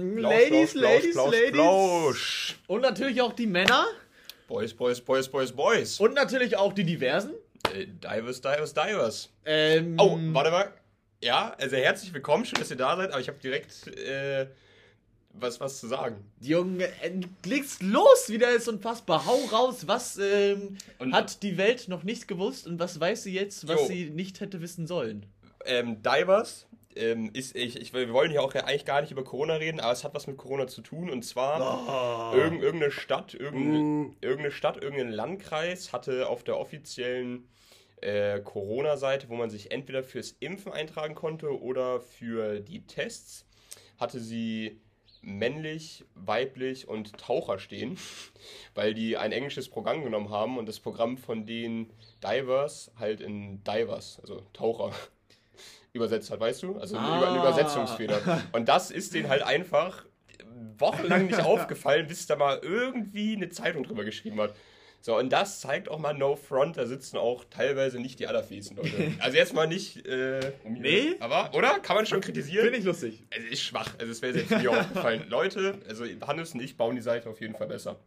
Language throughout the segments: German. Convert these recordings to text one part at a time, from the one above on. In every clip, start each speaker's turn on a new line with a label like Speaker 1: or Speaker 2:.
Speaker 1: Ladies, Ladies, Ladies.
Speaker 2: Plausch.
Speaker 1: Und natürlich auch die Männer.
Speaker 2: Boys, Boys, Boys, Boys, Boys.
Speaker 1: Und natürlich auch die Diversen.
Speaker 2: Äh, Divers, Divers, Divers.
Speaker 1: Ähm,
Speaker 2: Oh, warte mal. Ja, also herzlich willkommen, schön, dass ihr da seid, aber ich habe direkt äh, was, was zu sagen.
Speaker 1: Junge, äh, leg's los, wieder ist unfassbar. Hau raus, was ähm,
Speaker 2: Und-
Speaker 1: hat die Welt noch nicht gewusst und was weiß sie jetzt, was
Speaker 2: Jo.
Speaker 1: sie nicht hätte wissen sollen?
Speaker 2: Ähm, Divers ähm, ist, ich, ich, wir wollen hier auch eigentlich gar nicht über Corona reden, aber es hat was mit Corona zu tun und zwar irgend, irgendeine Stadt, irgendeine, irgendeine Stadt, irgendein Landkreis hatte auf der offiziellen äh, Corona-Seite, wo man sich entweder fürs Impfen eintragen konnte oder für die Tests, hatte sie männlich, weiblich und Taucher stehen, weil die ein englisches Programm genommen haben und das Programm von den Divers halt in Divers, also Taucher, übersetzt hat, weißt du? Also
Speaker 1: Ah.
Speaker 2: über ein Übersetzungsfehler. Und das ist denen halt einfach wochenlang nicht aufgefallen, bis da mal irgendwie eine Zeitung drüber geschrieben hat. So, und das zeigt auch mal No Front, da sitzen auch teilweise nicht die allerfiesten Leute. Also jetzt mal nicht, äh, um
Speaker 1: Nee.
Speaker 2: aber, oder? Kann man schon kritisieren?
Speaker 1: ich lustig.
Speaker 2: Es ist schwach, also es wäre jetzt mir aufgefallen. Leute, also Hannes und ich bauen die Seite auf jeden Fall besser.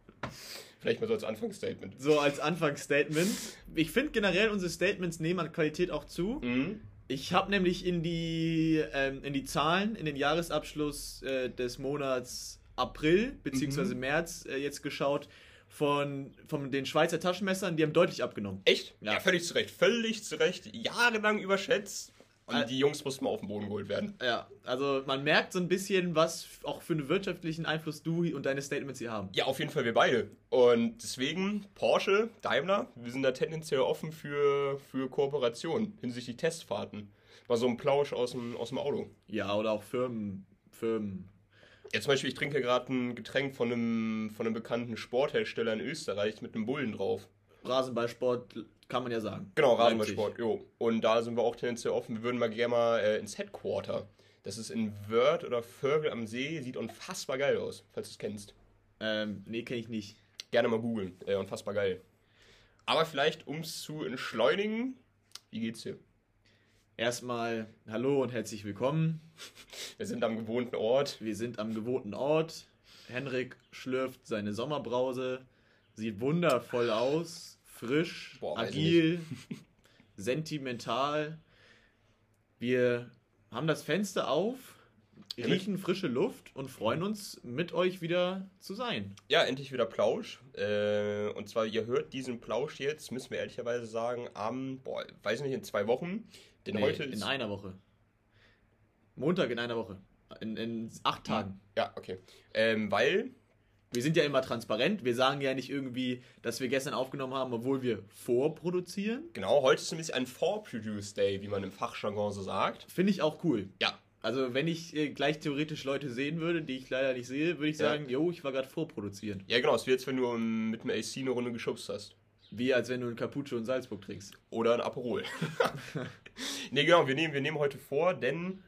Speaker 2: Vielleicht mal so als Anfangsstatement.
Speaker 1: So als Anfangsstatement. Ich finde generell, unsere Statements nehmen an Qualität auch zu.
Speaker 2: Mhm.
Speaker 1: Ich habe nämlich in die, ähm, in die Zahlen, in den Jahresabschluss äh, des Monats April bzw.
Speaker 2: Mhm.
Speaker 1: März äh, jetzt geschaut von, von den Schweizer Taschenmessern, die haben deutlich abgenommen.
Speaker 2: Echt?
Speaker 1: Ja.
Speaker 2: Ja. völlig zu Recht, völlig zu Recht. Jahrelang überschätzt und
Speaker 1: Äh,
Speaker 2: die Jungs mussten mal auf den Boden geholt werden.
Speaker 1: Ja, also man merkt so ein bisschen, was f- auch für einen wirtschaftlichen Einfluss du und deine Statements hier haben.
Speaker 2: Ja, auf jeden Fall wir beide. Und deswegen Porsche, Daimler, wir sind da tendenziell offen für, für Kooperationen hinsichtlich Testfahrten. Mal so ein Plausch aus dem, aus dem Auto.
Speaker 1: Ja, oder auch Firmen. Firmen.
Speaker 2: Ja, zum Beispiel, ich trinke gerade ein Getränk von einem, von einem bekannten Sporthersteller in Österreich mit einem Bullen drauf.
Speaker 1: Rasenballsport kann man ja sagen.
Speaker 2: Genau,
Speaker 1: Leipzig.
Speaker 2: Rasenballsport, jo. Und da sind wir auch tendenziell offen. Wir würden mal gerne mal äh, ins Headquarter. Das ist in Wörth oder Vögel am See. Sieht unfassbar geil aus, falls du es kennst.
Speaker 1: Ähm, nee, kenne ich nicht.
Speaker 2: Gerne mal googeln. Äh, unfassbar geil. Aber vielleicht, um es zu entschleunigen, wie geht's dir?
Speaker 1: Erstmal hallo und herzlich willkommen.
Speaker 2: Wir sind am gewohnten Ort.
Speaker 1: Wir sind am gewohnten Ort. Henrik schlürft seine Sommerbrause. Sieht wundervoll aus. Frisch,
Speaker 2: Boah, weiß
Speaker 1: agil, sentimental. Wir haben das Fenster auf, riechen frische Luft und freuen uns, mit euch wieder zu sein.
Speaker 2: Ja, endlich wieder Plausch. Äh, und zwar, ihr hört diesen Plausch jetzt, müssen wir ehrlicherweise sagen, am, boah, weiß nicht, in zwei Wochen. Denn
Speaker 1: Nee,
Speaker 2: heute
Speaker 1: in
Speaker 2: ist.
Speaker 1: einer Woche. Montag in einer Woche. In, in acht Tagen.
Speaker 2: ja, okay. Ähm, weil
Speaker 1: Wir sind ja immer transparent. Wir sagen ja nicht irgendwie, dass wir gestern aufgenommen haben, obwohl wir vorproduzieren.
Speaker 2: Genau, heute ist ein bisschen ein For-Produce Day, wie man im Fachjargon so sagt.
Speaker 1: Finde ich auch cool.
Speaker 2: Ja,
Speaker 1: Also, wenn ich äh, gleich theoretisch Leute sehen würde, die ich leider nicht sehe, würde ich
Speaker 2: Ja.
Speaker 1: sagen, jo, ich war gerade vorproduzieren.
Speaker 2: ja genau, es wird jetzt, wenn du ähm, mit dem AC eine Runde geschubst hast.
Speaker 1: Wie als wenn du einen Cappuccio in Salzburg trinkst.
Speaker 2: Oder ein Aperol. nee, genau, wir nehmen, wir nehmen heute vor, denn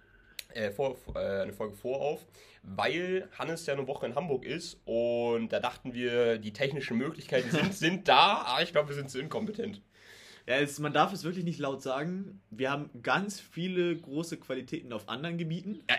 Speaker 2: äh, vor, vor- äh, eine Folge vor auf, weil Hannes ja eine Woche in Hamburg ist und da dachten wir, die technischen Möglichkeiten sind, sind da, aber ich glaube, wir sind zu inkompetent.
Speaker 1: Ja, es, man darf es wirklich nicht laut sagen. Wir haben ganz viele große Qualitäten auf anderen Gebieten.
Speaker 2: Ja,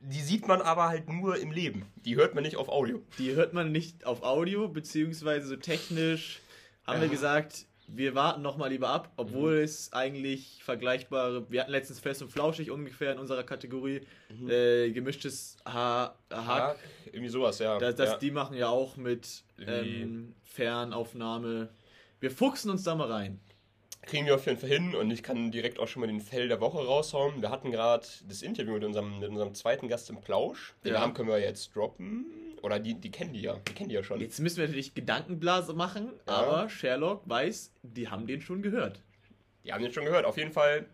Speaker 2: die sieht man aber halt nur im Leben. Die hört man nicht auf Audio.
Speaker 1: Die hört man nicht auf Audio, beziehungsweise so technisch haben wir
Speaker 2: Ja.
Speaker 1: gesagt, wir warten nochmal lieber ab, obwohl es eigentlich vergleichbare. Wir hatten letztens Fest und Flauschig ungefähr in unserer Kategorie. Äh, gemischtes Haar, Hack.
Speaker 2: irgendwie sowas, ja.
Speaker 1: Das, das,
Speaker 2: ja.
Speaker 1: Die machen ja auch mit ähm, Fernaufnahme. Wir fuchsen uns da mal rein.
Speaker 2: kriegen wir auf jeden Fall hin und ich kann direkt auch schon mal den Fell der Woche raushauen. Wir hatten gerade das Interview mit unserem, mit unserem zweiten Gast im Plausch. Den
Speaker 1: Ja.
Speaker 2: Namen können wir jetzt droppen. Oder die, die kennen die ja. Die kennen die ja schon.
Speaker 1: Jetzt müssen wir natürlich Gedankenblase machen,
Speaker 2: Ja.
Speaker 1: aber Sherlock weiß, die haben den schon gehört.
Speaker 2: Die haben den schon gehört. Auf jeden Fall,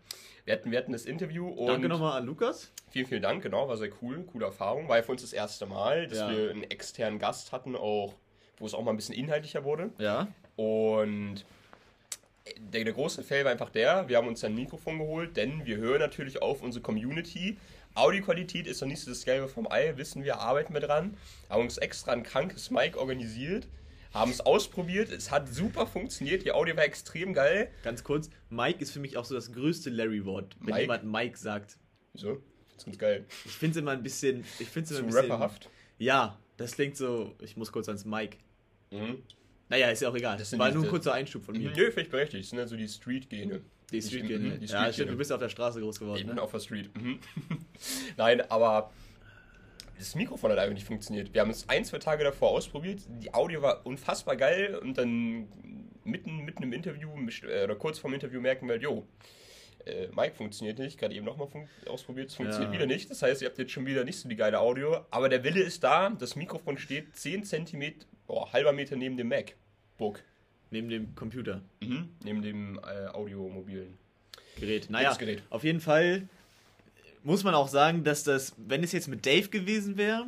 Speaker 2: wir hatten, wir hatten das Interview und
Speaker 1: Danke nochmal an Lukas.
Speaker 2: vielen, vielen Dank. Genau, war sehr cool. Coole Erfahrung. War ja für uns das erste Mal, dass
Speaker 1: Ja.
Speaker 2: wir einen externen Gast hatten, auch wo es auch mal ein bisschen inhaltlicher wurde.
Speaker 1: Ja.
Speaker 2: Und der, der große Fail war einfach der, wir haben uns ein Mikrofon geholt, denn wir hören natürlich auf unsere Community. Audioqualität ist noch nicht so das Gelbe vom Ei, wissen wir, arbeiten wir dran. Haben uns extra ein krankes Mic organisiert, haben es ausprobiert, es hat super funktioniert, die Audio war extrem geil.
Speaker 1: Ganz kurz, Mike ist für mich auch so das größte Larry-Wort, wenn
Speaker 2: Mike?
Speaker 1: jemand Mike sagt.
Speaker 2: Wieso? Das ist ganz geil.
Speaker 1: Ich finde es immer ein bisschen. Ich finde es
Speaker 2: Zu
Speaker 1: immer ein bisschen.
Speaker 2: rapperhaft.
Speaker 1: Ja, das klingt so. Ich muss kurz ans Mic.
Speaker 2: Mhm.
Speaker 1: Naja, ist ja auch egal.
Speaker 2: Das sind
Speaker 1: War
Speaker 2: die- Mhm.
Speaker 1: nur ein kurzer Einschub von mir.
Speaker 2: Nö, finde ich berechtigt. Das sind ja so die Street-Gene.
Speaker 1: Die Street
Speaker 2: mhm,
Speaker 1: Gene.
Speaker 2: die
Speaker 1: Ja, stimmt, du
Speaker 2: Street-Gene.
Speaker 1: bist auf der Straße groß
Speaker 2: Ich
Speaker 1: geworden.
Speaker 2: bin
Speaker 1: Ne?
Speaker 2: auf der Street. Mhm. Nein, aber das Mikrofon hat einfach nicht funktioniert. Wir haben es ein, zwei Tage davor ausprobiert. Die Audio war unfassbar geil und dann mitten, mitten im Interview äh, oder kurz vorm Interview merken wir, jo, äh, Mike funktioniert nicht, gerade eben nochmal fun ausprobiert, es funktioniert
Speaker 1: Ja.
Speaker 2: wieder nicht. Das heißt, ihr habt jetzt schon wieder nicht so die geile Audio, aber der Wille ist da, das Mikrofon steht 10 cm, boah, halber Meter neben dem MacBook.
Speaker 1: Neben dem Computer.
Speaker 2: Mhm. Neben dem äh, Audiomobilen.
Speaker 1: Gerät. Naja,
Speaker 2: Jedes Gerät.
Speaker 1: auf jeden Fall muss man auch sagen, dass das, wenn es jetzt mit Dave gewesen wäre,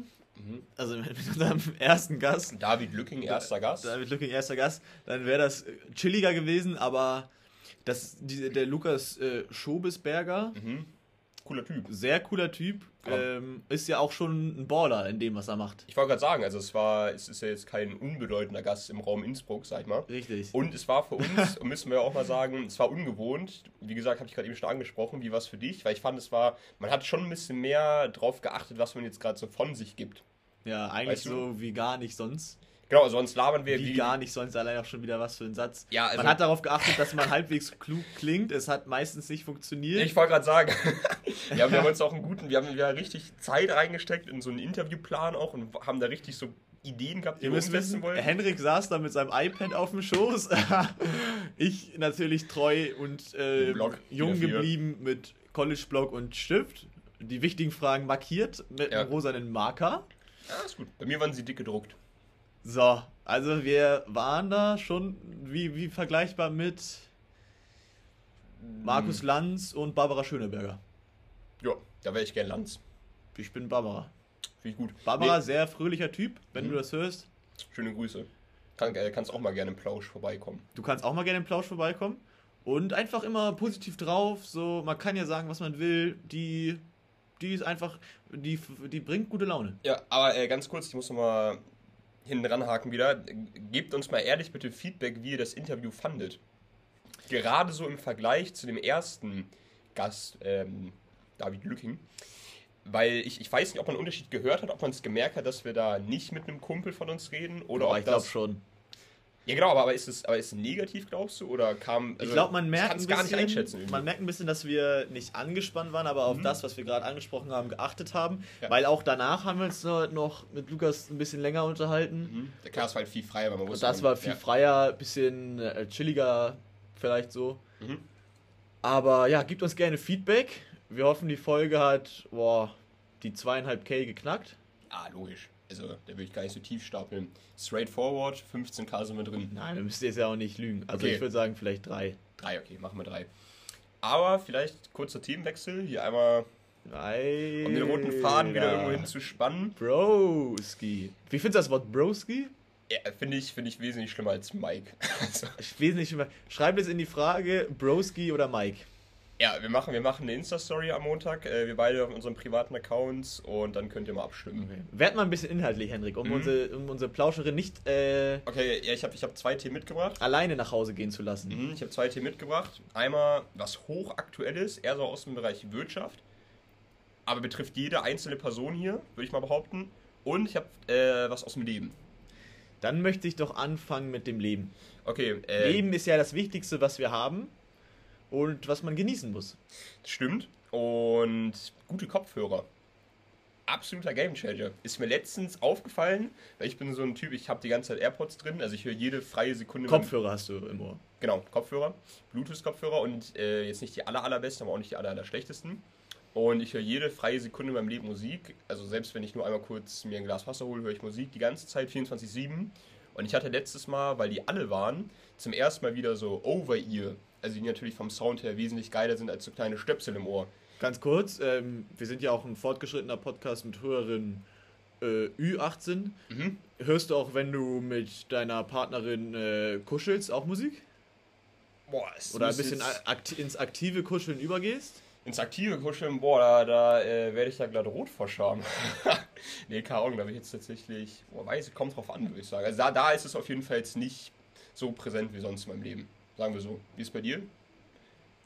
Speaker 1: also mit unserem ersten Gast,
Speaker 2: David Lücking, Mhm. erster Gast.
Speaker 1: David Lücking, erster Gast, dann wäre das äh, chilliger gewesen, aber das, die, der Lukas äh, Schobesberger,
Speaker 2: Mhm. Cooler Typ.
Speaker 1: sehr cooler Typ,
Speaker 2: Ja.
Speaker 1: ähm, ist ja auch schon ein Baller in dem, was er macht.
Speaker 2: Ich wollte gerade sagen, also es war, es ist ja jetzt kein unbedeutender Gast im Raum Innsbruck, sag ich mal.
Speaker 1: Richtig.
Speaker 2: Und es war für uns, müssen wir ja auch mal sagen, es war ungewohnt. Wie gesagt, habe ich gerade eben schon angesprochen, wie war es für dich? Weil ich fand, es war, man hat schon ein bisschen mehr drauf geachtet, was man jetzt gerade so von sich gibt.
Speaker 1: ja, eigentlich
Speaker 2: Weißt du?
Speaker 1: so wie gar nicht sonst.
Speaker 2: Genau, sonst labern wir
Speaker 1: Wie gar nicht sonst, allein auch schon wieder was für ein Satz.
Speaker 2: Ja, also-
Speaker 1: man hat darauf geachtet, dass man halbwegs klug klingt. Es hat meistens nicht funktioniert.
Speaker 2: Ich wollte gerade sagen, wir haben, wir haben uns auch einen guten, wir haben ja richtig Zeit reingesteckt in so einen Interviewplan auch und haben da richtig so Ideen gehabt, die
Speaker 1: Ihr
Speaker 2: wir
Speaker 1: müsst
Speaker 2: umsetzen
Speaker 1: wissen, äh,
Speaker 2: wollten.
Speaker 1: Henrik saß da mit seinem iPad auf dem Schoß. ich natürlich treu und ähm,
Speaker 2: Block,
Speaker 1: jung
Speaker 2: wieder vier.
Speaker 1: geblieben mit College-Block und Stift. Die wichtigen Fragen markiert mit
Speaker 2: Ja.
Speaker 1: einem rosanen Marker.
Speaker 2: Ja, ist gut. Bei mir waren sie dick gedruckt.
Speaker 1: So, also wir waren da schon wie, wie vergleichbar mit Markus
Speaker 2: Hm.
Speaker 1: Lanz und Barbara Schöneberger.
Speaker 2: Ja, da wäre ich gern Lanz.
Speaker 1: Ich bin Barbara.
Speaker 2: Finde ich gut.
Speaker 1: Barbara, sehr fröhlicher Typ, wenn
Speaker 2: Hm.
Speaker 1: du das hörst.
Speaker 2: Schöne Grüße. Kann, äh, kannst auch mal gerne im Plausch vorbeikommen.
Speaker 1: Du kannst auch mal gerne im Plausch vorbeikommen. Und einfach immer positiv drauf, so, man kann ja sagen, was man will. Die, die ist einfach, die, die bringt gute Laune.
Speaker 2: Ja, aber äh, ganz kurz, ich muss nochmal hinten ranhaken wieder. Gebt uns mal ehrlich bitte Feedback, wie ihr das Interview fandet. Gerade so im Vergleich zu dem ersten Gast, ähm, David Lücking. Weil ich, ich weiß nicht, ob man einen Unterschied gehört hat, ob man es gemerkt hat, dass wir da nicht mit einem Kumpel von uns reden oder
Speaker 1: Aber
Speaker 2: ob
Speaker 1: ich glaube
Speaker 2: das.
Speaker 1: schon.
Speaker 2: Ja, genau, aber, aber ist es aber ist es negativ, glaubst du? Oder kam.
Speaker 1: Ich
Speaker 2: also,
Speaker 1: glaube, man
Speaker 2: ich
Speaker 1: merkt
Speaker 2: kann's
Speaker 1: ein
Speaker 2: gar nicht einschätzen.
Speaker 1: bisschen,
Speaker 2: irgendwie.
Speaker 1: man merkt ein bisschen, dass wir nicht angespannt waren, aber auf das, was wir gerade angesprochen haben, geachtet haben.
Speaker 2: Mhm. Ja.
Speaker 1: Weil auch danach haben wir uns noch- noch mit Lukas ein bisschen länger unterhalten.
Speaker 2: Mhm. Klar, es war halt viel freier, weil man
Speaker 1: Und
Speaker 2: wusste.
Speaker 1: das
Speaker 2: man-
Speaker 1: war viel
Speaker 2: ja.
Speaker 1: freier, bisschen äh, chilliger, vielleicht so.
Speaker 2: Mhm.
Speaker 1: Aber ja, gebt uns gerne Feedback. Wir hoffen, die Folge hat boah, die zweieinhalb K geknackt.
Speaker 2: Ah, logisch. Also, da würde ich gar nicht so tief stapeln. Straightforward, 15k sind wir drin.
Speaker 1: Nein, da müsst ihr jetzt ja auch nicht lügen. Also
Speaker 2: Okay.
Speaker 1: ich würde sagen, vielleicht drei.
Speaker 2: Drei, okay, machen wir drei. Aber vielleicht kurzer Themenwechsel, hier einmal
Speaker 1: Drei.
Speaker 2: um den roten Faden wieder irgendwo hinzuspannen.
Speaker 1: Broski. Wie findest du das Wort Broski?
Speaker 2: Ja, finde ich, finde ich wesentlich schlimmer als Mike. Also,
Speaker 1: Ich weiß nicht mehr. Schreibt es in die Frage, Broski oder Mike.
Speaker 2: ja, wir machen, wir machen eine Insta-Story am Montag, äh, wir beide auf unseren privaten Accounts und dann könnt ihr mal abstimmen.
Speaker 1: Werd mal ein bisschen inhaltlich, Henrik, um,
Speaker 2: Mhm.
Speaker 1: unsere, um unsere Plauscherin nicht äh,
Speaker 2: Okay, ja, ich habe ich hab zwei Themen mitgebracht.
Speaker 1: alleine nach Hause gehen zu lassen.
Speaker 2: Mhm, ich habe zwei Themen mitgebracht. Einmal was hochaktuelles, eher so aus dem Bereich Wirtschaft, aber betrifft jede einzelne Person hier, würde ich mal behaupten. Und ich habe äh, was aus dem Leben.
Speaker 1: Dann möchte ich doch anfangen mit dem Leben.
Speaker 2: Okay, äh,
Speaker 1: Leben ist ja das Wichtigste, was wir haben und was man genießen muss.
Speaker 2: stimmt. Und gute Kopfhörer. Absoluter Gamechanger. Ist mir letztens aufgefallen, weil ich bin so ein Typ, ich habe die ganze Zeit AirPods drin, also ich höre jede freie Sekunde. mit-
Speaker 1: Kopfhörer hast du im Ohr.
Speaker 2: Genau, Kopfhörer, Bluetooth-Kopfhörer und äh, jetzt nicht die aller, allerbesten, aber auch nicht die aller, aller schlechtesten. Und ich höre jede freie Sekunde in meinem Leben Musik. Also selbst wenn ich nur einmal kurz mir ein Glas Wasser hole, höre ich Musik die ganze Zeit 24-7. Und ich hatte letztes Mal, weil die alle waren, zum ersten Mal wieder so Over-Ear. Also die natürlich vom Sound her wesentlich geiler sind als so kleine Stöpsel im Ohr.
Speaker 1: Ganz kurz, ähm, wir sind ja auch ein fortgeschrittener Podcast mit höheren äh, Ü18.
Speaker 2: Mhm.
Speaker 1: Hörst du auch, wenn du mit deiner Partnerin äh, kuschelst, auch Musik?
Speaker 2: Boah, es
Speaker 1: Oder ein
Speaker 2: muss
Speaker 1: bisschen
Speaker 2: jetzt
Speaker 1: akt ins aktive Kuscheln übergehst?
Speaker 2: ins aktive Kuscheln, boah, da, da äh, werde ich ja glatt rot vor Scham. nee, keine Ahnung, da bin ich jetzt tatsächlich, boah, weiß ich, kommt drauf an, würde ich sagen. Also da, da ist es auf jeden Fall jetzt nicht so präsent wie sonst in meinem Leben. Sagen wir so. Wie ist es bei dir?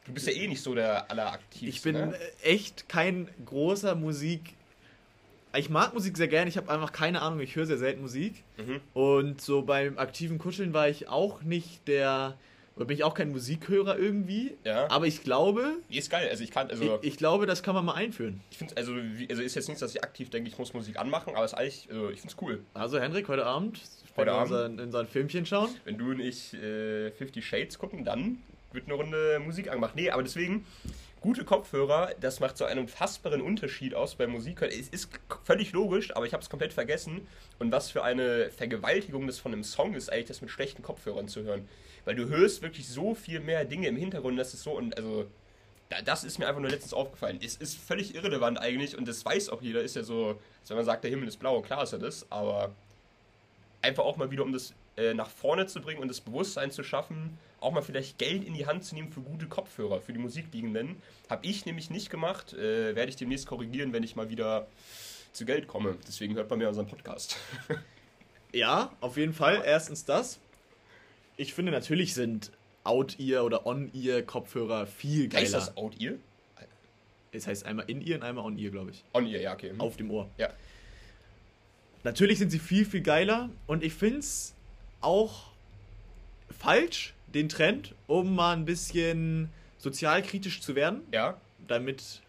Speaker 2: Du bist ja eh nicht so der alleraktivste.
Speaker 1: Ich bin
Speaker 2: Ne?
Speaker 1: äh, echt kein großer Musik. ich mag Musik sehr gerne, ich habe einfach keine Ahnung, ich höre sehr selten Musik.
Speaker 2: Mhm.
Speaker 1: Und so beim aktiven Kuscheln war ich auch nicht der, oder bin ich auch kein Musikhörer irgendwie.
Speaker 2: Ja.
Speaker 1: Aber ich glaube,
Speaker 2: Die ist geil. Also ich kann, also
Speaker 1: ich, ich glaube, das kann man mal einführen.
Speaker 2: ich finde, also, wie- also ist jetzt nichts, dass ich aktiv denke, ich muss Musik anmachen, aber es ist eigentlich, also ich finde es cool.
Speaker 1: Also Henrik, heute Abend, wenn
Speaker 2: Heute
Speaker 1: wir
Speaker 2: Abend.
Speaker 1: unseren, unseren Filmchen schauen.
Speaker 2: Wenn du und ich äh, 50 Shades gucken, dann wird eine Runde Musik angemacht. Nee, aber deswegen, gute Kopfhörer, das macht so einen unfassbaren Unterschied aus bei Musik. Es ist k- völlig logisch, aber ich habe es komplett vergessen. Und was für eine Vergewaltigung das von einem Song ist, eigentlich das mit schlechten Kopfhörern zu hören. Weil du hörst wirklich so viel mehr Dinge im Hintergrund, das ist so und also. da- Das ist mir einfach nur letztens aufgefallen. Es ist völlig irrelevant eigentlich und das weiß auch jeder. Ist ja so, als wenn man sagt, der Himmel ist blau, klar ist er das, aber einfach auch mal wieder, um das äh, nach vorne zu bringen und das Bewusstsein zu schaffen, auch mal vielleicht Geld in die Hand zu nehmen für gute Kopfhörer, für die Musikliegenden. Habe ich nämlich nicht gemacht, äh, werde ich demnächst korrigieren, wenn ich mal wieder zu Geld komme. Deswegen hört man mir unseren Podcast.
Speaker 1: Ja, auf jeden Fall. Erstens das. Ich finde, natürlich sind Out-Ear oder On-Ear-Kopfhörer viel geiler.
Speaker 2: Heißt das Out-Ear?
Speaker 1: Es heißt einmal In-Ear und einmal On-Ear, glaube ich.
Speaker 2: On-Ear, ja, okay. Hm.
Speaker 1: Auf dem Ohr.
Speaker 2: Mhm. Ja.
Speaker 1: Natürlich sind sie viel, viel geiler. Und ich finde es auch falsch, den Trend, um mal ein bisschen sozialkritisch zu werden,
Speaker 2: Ja,
Speaker 1: damit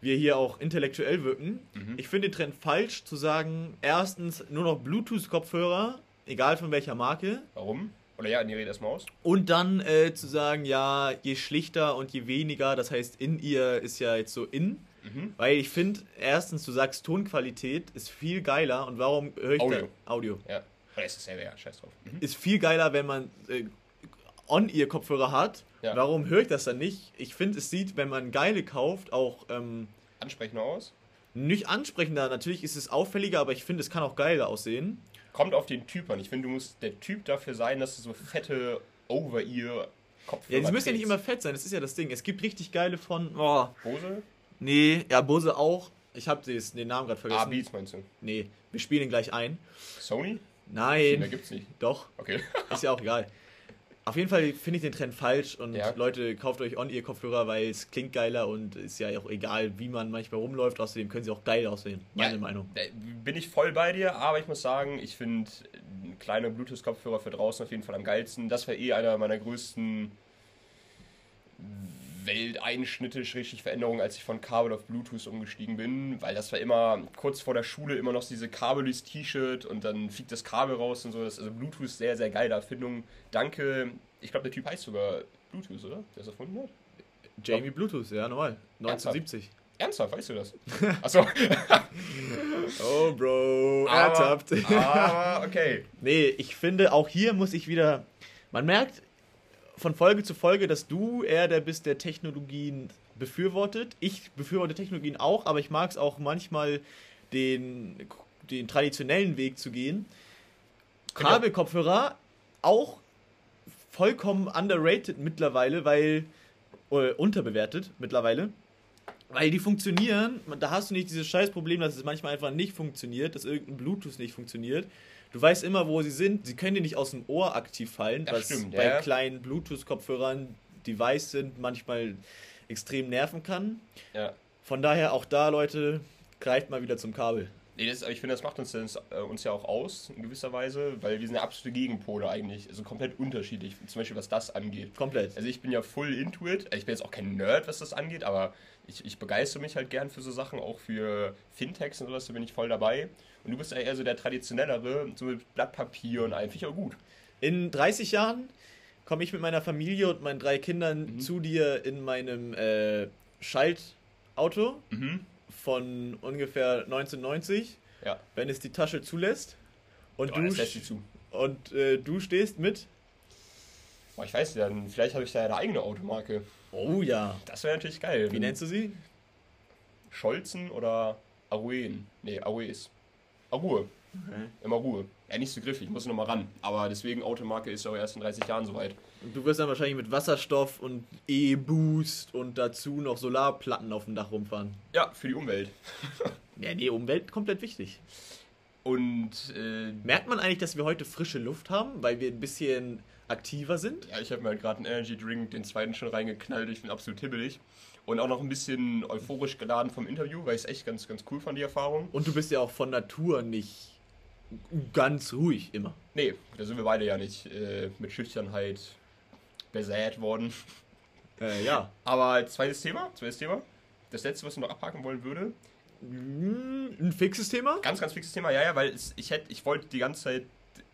Speaker 1: wir hier auch intellektuell wirken.
Speaker 2: Mhm.
Speaker 1: Ich finde den Trend falsch, zu sagen, erstens nur noch Bluetooth-Kopfhörer, egal von welcher Marke,
Speaker 2: warum? Oder ja, nee, red erstmal aus.
Speaker 1: und dann äh, zu sagen, ja, je schlichter und je weniger, das heißt, in ihr ist ja jetzt so in.
Speaker 2: Mhm.
Speaker 1: Weil ich finde, erstens, du sagst, Tonqualität ist viel geiler und warum höre ich
Speaker 2: Audio.
Speaker 1: Da, Audio.
Speaker 2: Ja. Oder ist dasselbe, ja, scheiß drauf. Mhm.
Speaker 1: Ist viel geiler, wenn man äh, On-Ear-Kopfhörer hat.
Speaker 2: Ja.
Speaker 1: Warum höre ich das dann nicht? Ich finde, es sieht, wenn man geile kauft, auch ähm,
Speaker 2: Ansprechender aus.
Speaker 1: nicht ansprechender. Natürlich ist es auffälliger, aber ich finde, es kann auch geiler aussehen.
Speaker 2: Kommt auf den Typ an. Ich finde, du musst der Typ dafür sein, dass du so fette Over-Ear-Kopfhörer
Speaker 1: Ja, die müssen ja nicht
Speaker 2: trägst.
Speaker 1: immer fett sein, das ist ja das Ding. Es gibt richtig geile von. Oh,
Speaker 2: Bose?
Speaker 1: nee, ja, Bose auch. Ich habe den Namen gerade vergessen.
Speaker 2: Ah, Beats meinst du?
Speaker 1: Nee, wir spielen ihn gleich ein.
Speaker 2: Sony? China
Speaker 1: Nein,
Speaker 2: gibt's nicht.
Speaker 1: doch,
Speaker 2: Okay.
Speaker 1: ist ja auch egal. Auf jeden Fall finde ich den Trend falsch und
Speaker 2: Ja.
Speaker 1: Leute, kauft euch On-Ear-Kopfhörer, weil es klingt geiler und ist ja auch egal, wie man manchmal rumläuft. Außerdem können sie auch geil aussehen, meine
Speaker 2: Ja,
Speaker 1: Meinung.
Speaker 2: da Bin ich voll bei dir, aber ich muss sagen, ich finde äh, kleine Bluetooth-Kopfhörer für draußen auf jeden Fall am geilsten. Das wäre eh einer meiner größten Welteinschnitte, schrägstrich Veränderungen, als ich von Kabel auf Bluetooth umgestiegen bin, weil das war immer kurz vor der Schule immer noch diese kabellös T-Shirt und dann fliegt das Kabel raus und so. Das ist also Bluetooth sehr, sehr geile Erfindung. Danke. Ich glaube, der Typ heißt sogar Bluetooth, oder? Der es erfunden hat.
Speaker 1: Jamie Bluetooth, ja, normal. 1970.
Speaker 2: Ernsthaft, weißt du das? Achso.
Speaker 1: Oh, Bro, ertappt.
Speaker 2: Ah, okay.
Speaker 1: Nee, ich finde, auch hier muss ich wieder. Man merkt von Folge zu Folge, dass du eher der bist, der Technologien befürwortet. Ich befürworte Technologien auch, aber ich mag es auch manchmal, den, den traditionellen Weg zu gehen. Kabelkopfhörer auch vollkommen underrated mittlerweile, weil. Äh, unterbewertet mittlerweile. Weil die funktionieren, da hast du nicht dieses scheiß Problem, dass es manchmal einfach nicht funktioniert, dass irgendein Bluetooth nicht funktioniert. Du weißt immer, wo sie sind. Sie können dir nicht aus dem Ohr aktiv fallen,
Speaker 2: Das
Speaker 1: was
Speaker 2: stimmt,
Speaker 1: bei
Speaker 2: ja.
Speaker 1: kleinen Bluetooth-Kopfhörern, die weiß sind, manchmal extrem nerven kann.
Speaker 2: Ja.
Speaker 1: Von daher auch da, Leute, greift mal wieder zum Kabel.
Speaker 2: Nee, das, aber ich finde, das macht uns, das, äh, uns ja auch aus, in gewisser Weise, weil wir sind ja absolute Gegenpole eigentlich. Also komplett unterschiedlich, zum Beispiel was das angeht.
Speaker 1: Komplett.
Speaker 2: Also ich bin ja full into it. Also Ich bin jetzt auch kein Nerd, was das angeht, aber ich, ich begeistere mich halt gern für so Sachen, auch für Fintechs und sowas, da bin ich voll dabei. Und du bist ja eher so der traditionellere, so mit Blatt Papier und allem. Finde ich auch gut.
Speaker 1: In 30 Jahren komme ich mit meiner Familie und meinen drei Kindern
Speaker 2: Mhm.
Speaker 1: zu dir in meinem äh, Schaltauto
Speaker 2: Mhm.
Speaker 1: von ungefähr 1990,
Speaker 2: Ja.
Speaker 1: wenn es die Tasche zulässt. Und,
Speaker 2: Boah,
Speaker 1: du,
Speaker 2: das lässt sich zu.
Speaker 1: und äh, du stehst mit.
Speaker 2: Boah, ich weiß ja, dann vielleicht habe ich da ja eine eigene Automarke.
Speaker 1: Oh ja.
Speaker 2: Das wäre natürlich geil.
Speaker 1: Wie nennst du sie?
Speaker 2: Scholzen oder Aruen? Nee, Arues. Arue. Immer Ruhe. Ja, nicht so griffig, muss nochmal ran. Aber deswegen, Automarke ist ja auch erst in 30 Jahren soweit.
Speaker 1: Und du wirst dann wahrscheinlich mit Wasserstoff und E-Boost und dazu noch Solarplatten auf dem Dach rumfahren.
Speaker 2: Ja, für die Umwelt.
Speaker 1: Ja, nee, Umwelt komplett wichtig.
Speaker 2: Und äh,
Speaker 1: Merkt man eigentlich, dass wir heute frische Luft haben, weil wir ein bisschen aktiver sind.
Speaker 2: Ja, ich habe mir halt gerade einen Energy Drink, den zweiten schon reingeknallt. Ich bin absolut hibbelig. Und auch noch ein bisschen euphorisch geladen vom Interview, weil ich es echt ganz, ganz cool fand, die Erfahrung.
Speaker 1: Und du bist ja auch von Natur nicht ganz ruhig immer.
Speaker 2: Nee, da sind wir beide ja nicht äh, mit Schüchternheit besät worden.
Speaker 1: Äh, ja.
Speaker 2: Aber zweites Thema, zweites Thema. Das letzte, was ich noch abhaken wollen würde.
Speaker 1: Mm, Ein fixes Thema?
Speaker 2: Ganz, ganz fixes Thema, ja, ja, weil es, ich, hätte, ich wollte die ganze Zeit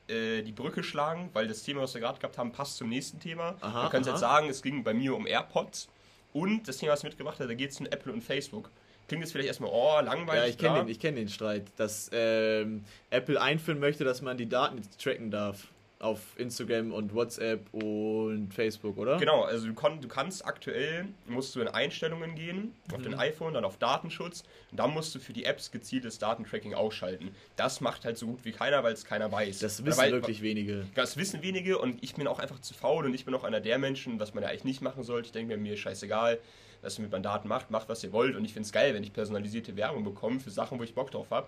Speaker 2: äh, die Brücke schlagen, weil das Thema, was wir gerade gehabt haben, passt zum nächsten Thema.
Speaker 1: Aha,
Speaker 2: Man kann es
Speaker 1: aha.
Speaker 2: jetzt sagen, es ging bei mir um AirPods. Und das Thema, was ich mitgebracht habe, da geht es um Apple und Facebook. Klingt jetzt vielleicht erstmal, oh, langweilig.
Speaker 1: Ja, ich kenne
Speaker 2: klar.
Speaker 1: den, ich kenn den Streit, dass ähm, Apple einführen möchte, dass man die Daten jetzt tracken darf auf Instagram und WhatsApp und Facebook, oder?
Speaker 2: Genau, also du, kon, du kannst aktuell, musst du in Einstellungen gehen, auf
Speaker 1: Mhm.
Speaker 2: den iPhone, dann auf Datenschutz und dann musst du für die Apps gezieltes Datentracking ausschalten. Das macht halt so gut wie keiner, weil es keiner weiß.
Speaker 1: Das
Speaker 2: Oder
Speaker 1: wissen
Speaker 2: weil,
Speaker 1: wirklich wenige.
Speaker 2: Das wissen wenige und ich bin auch einfach zu faul und ich bin auch einer der Menschen, was man ja eigentlich nicht machen sollte. Ich denke mir, mir ist scheißegal, was ihr mit meinen Daten macht, macht was ihr wollt und ich finde es geil, wenn ich personalisierte Werbung bekomme für Sachen, wo ich Bock drauf habe.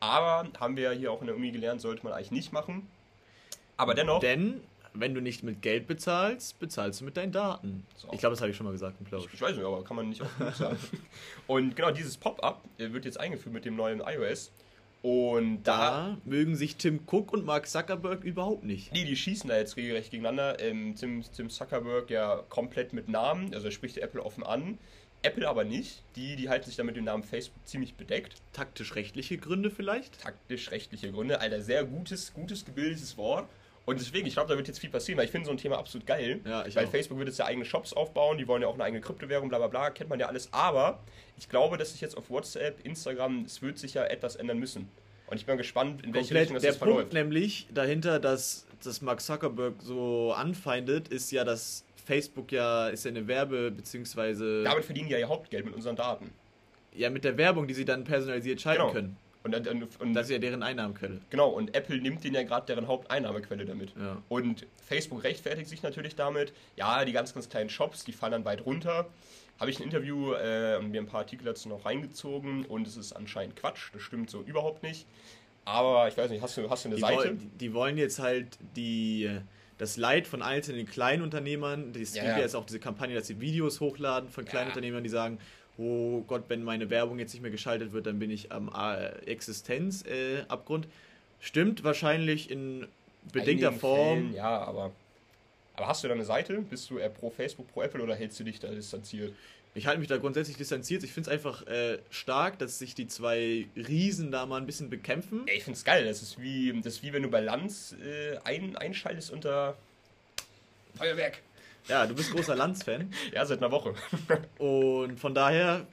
Speaker 2: Aber haben wir ja hier auch in der Uni gelernt, sollte man eigentlich nicht machen. Aber dennoch,
Speaker 1: Denn wenn du nicht mit Geld bezahlst, bezahlst du mit deinen Daten.
Speaker 2: So.
Speaker 1: Ich glaube, das habe ich schon mal gesagt im Plausch.
Speaker 2: Ich weiß nicht, aber kann man nicht auch gut sagen. Und genau dieses Pop-up äh, wird jetzt eingeführt mit dem neuen iOS. Und da,
Speaker 1: Da mögen sich Tim Cook und Mark Zuckerberg überhaupt nicht.
Speaker 2: die, die schießen da jetzt regelrecht gegeneinander. Ähm, Tim, Tim Zuckerberg ja komplett mit Namen, also er spricht Apple offen an. Apple aber nicht. Die, die halten sich da mit dem Namen Facebook ziemlich bedeckt.
Speaker 1: Taktisch-rechtliche Gründe vielleicht?
Speaker 2: Taktisch-rechtliche Gründe. Alter, sehr gutes, gutes, gebildetes Wort. Und deswegen, ich glaube, da wird jetzt viel passieren, weil ich finde so ein Thema absolut geil.
Speaker 1: Ja, ich
Speaker 2: weil
Speaker 1: auch.
Speaker 2: Facebook wird jetzt ja eigene Shops aufbauen, die wollen ja auch eine eigene Kryptowährung, bla bla bla, kennt man ja alles. Aber ich glaube, dass sich jetzt auf WhatsApp, Instagram, es wird sich ja etwas ändern müssen. Und ich bin gespannt, in welche
Speaker 1: Komplett.
Speaker 2: Richtung das
Speaker 1: der
Speaker 2: jetzt
Speaker 1: Punkt
Speaker 2: verläuft.
Speaker 1: nämlich dahinter, dass, dass Mark Zuckerberg so anfeindet, ist ja, dass Facebook ja ist ja eine Werbe beziehungsweise
Speaker 2: Damit verdienen die ja ihr Hauptgeld mit unseren Daten.
Speaker 1: ja mit der Werbung, die sie dann personalisiert schalten
Speaker 2: Genau.
Speaker 1: können.
Speaker 2: Und, dann- und, und
Speaker 1: Das ist ja deren Einnahmenquelle.
Speaker 2: Genau, und Apple nimmt den ja gerade deren Haupteinnahmequelle damit.
Speaker 1: Ja.
Speaker 2: Und Facebook rechtfertigt sich natürlich damit, ja, die ganz, ganz kleinen Shops, die fallen dann weit runter. Habe ich ein Interview äh, und mir ein paar Artikel dazu noch reingezogen und es ist anscheinend Quatsch, das stimmt so überhaupt nicht. Aber ich weiß nicht, hast du, hast du eine
Speaker 1: Die
Speaker 2: Seite?
Speaker 1: wollen, die wollen jetzt halt die das Leid von einzelnen kleinen Unternehmern, das
Speaker 2: Ja,
Speaker 1: gibt ja
Speaker 2: ja.
Speaker 1: jetzt auch diese Kampagne, dass sie Videos hochladen von kleinen
Speaker 2: Ja.
Speaker 1: Unternehmern, die sagen, oh Gott, wenn meine Werbung jetzt nicht mehr geschaltet wird, dann bin ich am äh, Existenzabgrund. Äh, Abgrund. Stimmt wahrscheinlich in bedingter
Speaker 2: Einigen
Speaker 1: Form.
Speaker 2: Fällen, ja, aber. Aber hast du da eine Seite? Bist du eher pro Facebook, pro Apple oder hältst du dich da distanziert?
Speaker 1: Ich halte mich da grundsätzlich distanziert. Ich finde es einfach äh, stark, dass sich die zwei Riesen da mal ein bisschen bekämpfen.
Speaker 2: Ey, ich find's geil, das ist wie, das ist wie wenn du bei Lanz äh, ein, einschaltest unter Feuerwerk.
Speaker 1: Ja, du bist großer Lanz-Fan.
Speaker 2: Ja, seit einer Woche.
Speaker 1: Und von daher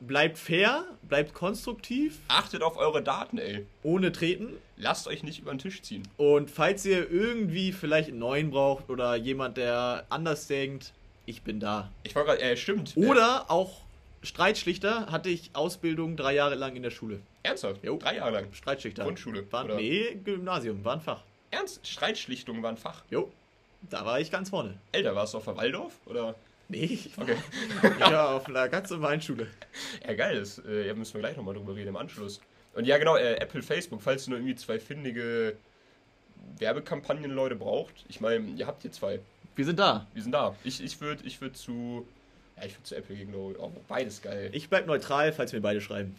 Speaker 1: äh, bleibt fair, bleibt konstruktiv,
Speaker 2: Achtet auf eure Daten, ey.
Speaker 1: ohne treten.
Speaker 2: Lasst euch nicht über den Tisch ziehen.
Speaker 1: Und falls ihr irgendwie vielleicht einen neuen braucht oder jemand, der anders denkt, ich bin da.
Speaker 2: Ich wollte gerade, äh, stimmt.
Speaker 1: Oder auch Streitschlichter hatte ich Ausbildung drei Jahre lang in der Schule.
Speaker 2: Äh, ernsthaft?
Speaker 1: Jo.
Speaker 2: Drei Jahre lang.
Speaker 1: Streitschlichter.
Speaker 2: Grundschule,
Speaker 1: War,
Speaker 2: oder?
Speaker 1: nee, Gymnasium, war ein Fach.
Speaker 2: Ernst? Streitschlichtung war ein Fach.
Speaker 1: Jo, da war ich ganz vorne.
Speaker 2: Älter warst du auf der Waldorf? Oder?
Speaker 1: Nee, ich war,
Speaker 2: Okay.
Speaker 1: ich war auf einer ganz normalen Schule.
Speaker 2: Ja, geil. Das, äh, ja, müssen wir gleich nochmal drüber reden im Anschluss. Und ja, genau, äh, Apple, Facebook, falls ihr nur irgendwie zwei findige Werbekampagnen-Leute braucht. Ich meine, ihr habt hier zwei.
Speaker 1: Wir sind da.
Speaker 2: Wir sind da. Ich, ich würde ich würd zu. Ja, ich würde zu Apple gehen, glaube ich. Oh, beides geil.
Speaker 1: Ich bleib neutral, falls wir beide schreiben.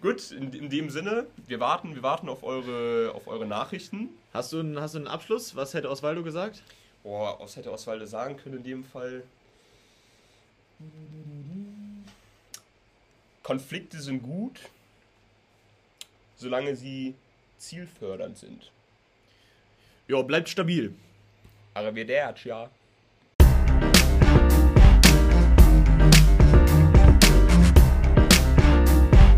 Speaker 2: Gut, in, in dem Sinne, wir warten, wir warten auf eure, auf eure Nachrichten.
Speaker 1: Hast du, einen, hast du einen Abschluss? Was hätte Osvaldo gesagt?
Speaker 2: Boah, was hätte Oswalde sagen können in dem Fall? Konflikte sind gut, solange sie zielfördernd sind.
Speaker 1: Ja, bleibt stabil.
Speaker 2: Arrivederci, ja.